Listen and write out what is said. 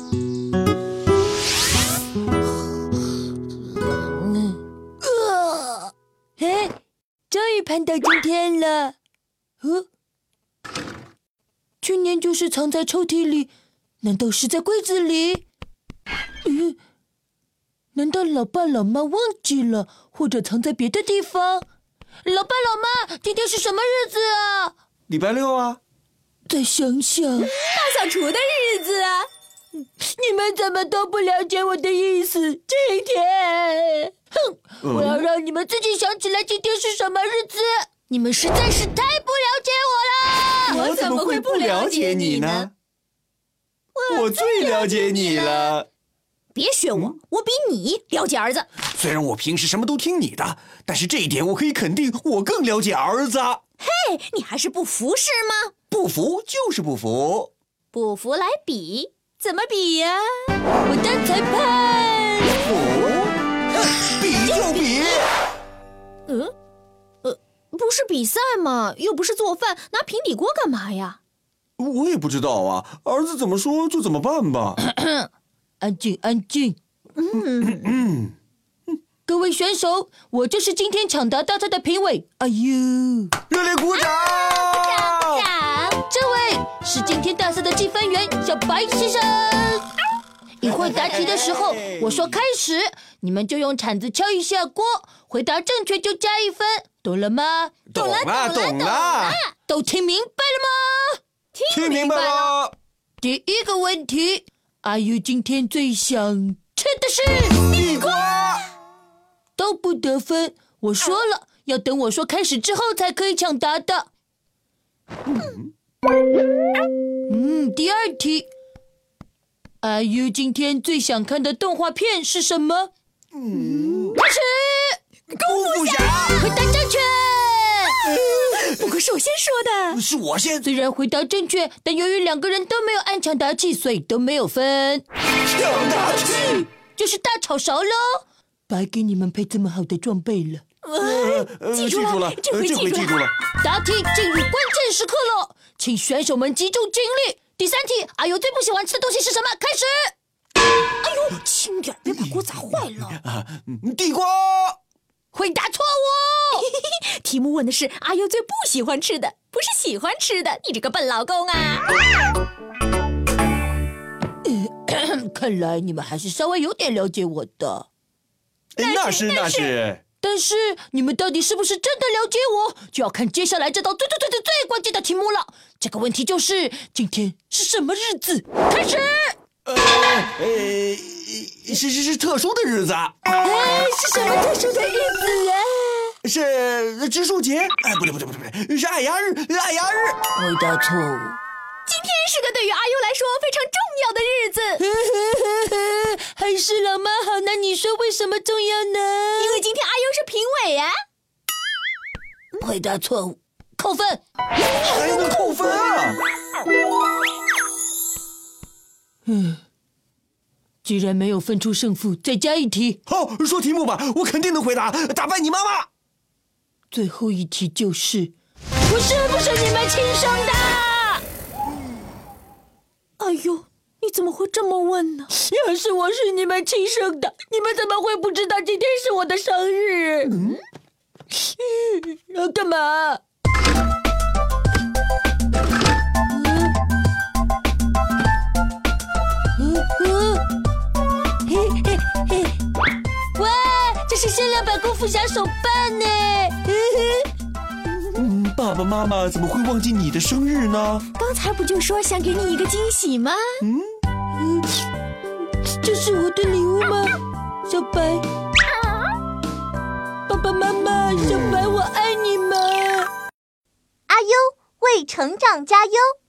嗯呃天了。嗯，去年就是藏在抽屉里，难道是在柜子里？咦，难道老爸老妈忘记了，或者藏在别的地方？老爸老妈，今天是什么日子啊？礼拜六啊，再想想，大扫除的日子啊！你们怎么都不了解我的意思？今天，哼，我要让你们自己想起来今天是什么日子。你们实在是太不了解我了。我怎么会不了解你呢？我最了解你了。别选我，我比你了解儿子。虽然我平时什么都听你的，但是这一点我可以肯定，我更了解儿子。啊嘿，你还是不服是吗？不服就是不服。不服来比，怎么比呀、我当裁判。哦，比就比。嗯，呃，不是比赛嘛，又不是做饭，拿平底锅干嘛呀？我也不知道啊，儿子怎么说就怎么办 吧。安静，安静。各位选手，我就是今天抢答大赛的评委。哎呦，热烈鼓啊掌！这位是今天大赛的计分员小白先生。一会儿答题的时候，哎我说开始，你们就用铲子敲一下锅，回答正确就加一分，懂了吗？懂了，懂了，都听明白了吗？听明白了。第一个问题，阿 U 今天最想吃的是地瓜，都不得分。我说了，要等我说开始之后才可以抢答的。嗯，第二题，阿 U 今天最想看的动画片是什么？嗯功夫侠回答正确。不过是我先说的。是我先虽然回答正确，但由于两个人都没有按抢答器，所以都没有分。嗯抢答去。就是大炒勺喽。白给你们配这么好的装备了。呃记住了这呃回这回记记住住了了。答题进入关键时刻了，请选手们集中精力。第三题，阿尤最不喜欢吃的东西是什么？开始。轻点，别把锅砸坏了。 啊，嗯地瓜。回答错误。哦题目问的是阿优最不喜欢吃的，不是喜欢吃的。你这个笨老公啊！嗯看来你们还是稍微有点了解我的。哎那是那是。但是你们到底是不是真的了解我，就要看接下来这道最最最最最关键的题目了。这个问题就是今天是什么日子？开始。呃，是是是特殊的日子啊，哎，是什么特殊的日子啊？是呃植树节。哎，不对不对不对不对，是爱牙日，爱牙日。回答错误。今天是个对于阿优来说非常重要的日子，还哎是老妈好，那你说为什么重要呢？因为今天阿优是评委啊。回答错误，扣分。还能哎扣分啊！居然没有分出胜负，再加一题。好，说题目吧，我肯定能回答，打败你妈妈。最后一题就是，我是不是你们亲生的？哎呦，你怎么会这么问呢？要是我是你们亲生的，你们怎么会不知道今天是我的生日？嗯，要干嘛？嗯嗯嗯，嘿嘿嘿！哇，这是限量版功夫侠手办呢！嘿嘿嗯，爸爸妈妈怎么会忘记你的生日呢？刚才不就说想给你一个惊喜吗？这是我的礼物吗？小白，爸爸妈妈，小白，我爱你们。阿优为成长加油。